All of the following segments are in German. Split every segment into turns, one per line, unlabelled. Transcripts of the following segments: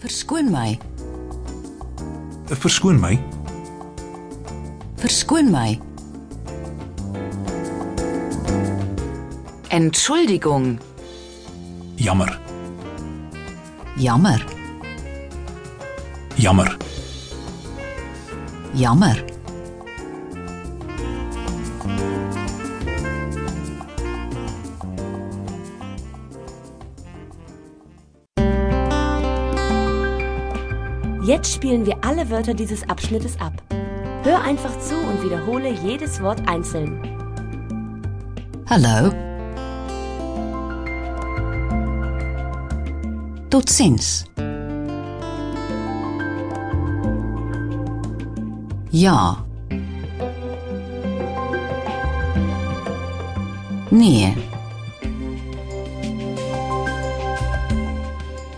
Verskoon my.
Verskoon my.
Verskoon my. Entschuldigung.
Jammer.
Jammer.
Jammer.
Jammer.
Jetzt spielen wir alle Wörter dieses Abschnittes ab. Hör einfach zu und wiederhole jedes Wort einzeln.
Hallo. Tot ziens. Ja. Nee.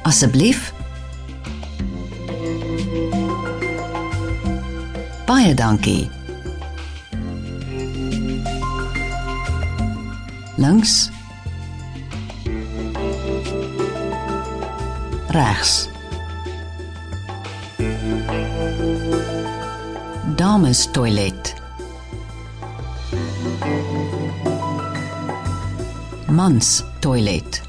Asseblief. Baie dankie. Links. Rechts. Dames toilet. Mans toilet.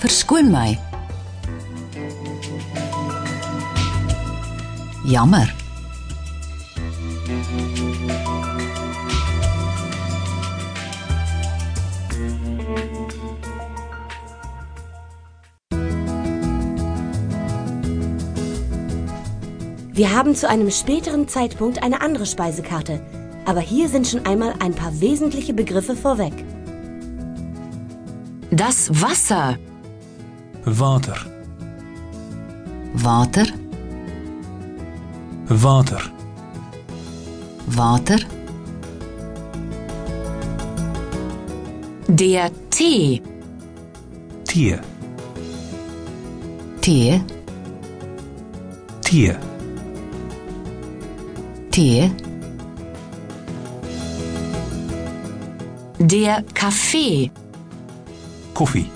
Verskoon my. Jammer.
Wir haben zu einem späteren Zeitpunkt eine andere Speisekarte, aber hier sind schon einmal ein paar wesentliche Begriffe vorweg.
Das Wasser.
Water.
Water,
Water.
water. Der Tee.
Tee.
Tee,
Tee.
Tee. Der Kaffee.
Koffie.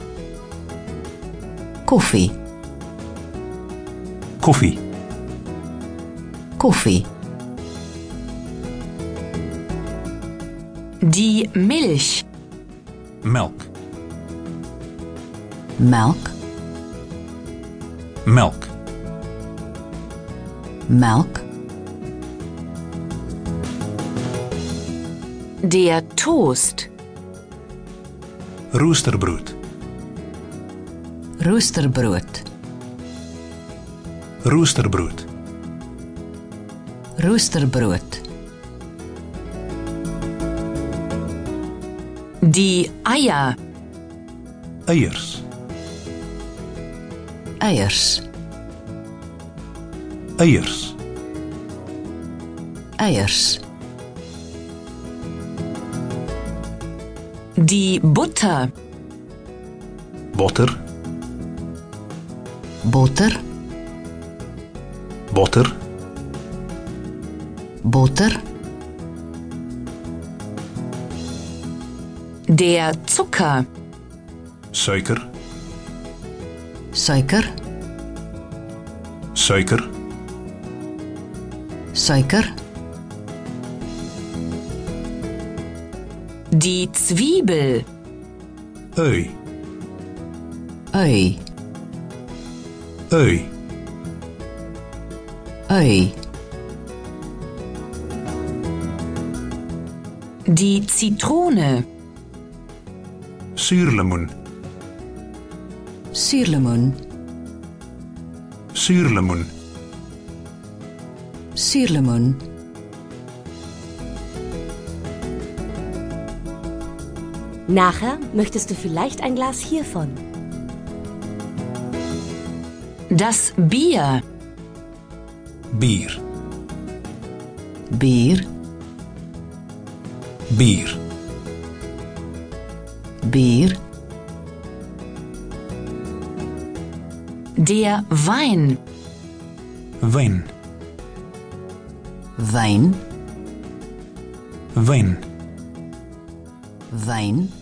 Koffie,
Koffie.
Koffie. Die Milch.
Melk.
Melk,
Melk.
melk. Der Toast.
Roosterbrood.
Roosterbrood,
Roosterbrood.
roosterbrood. Die Eier,
Eiers.
eiers,
Eiers.
eiers. Die Butter,
Botter.
boter,
Botter.
boter. Der Zucker,
Suiker.
suiker,
Suiker.
suiker. Die Zwiebel,
Ui.
ui,
Ui.
ui. Die Zitrone,
Suurlemoen.
suurlemoen,
Suurlemoen.
suurlemoen.
Nachher möchtest du vielleicht ein Glas hiervon.
Das Bier,
Bier.
bier,
Bier.
bier. Der Wein,
Wijn.
Wein,
Wijn.
Wein.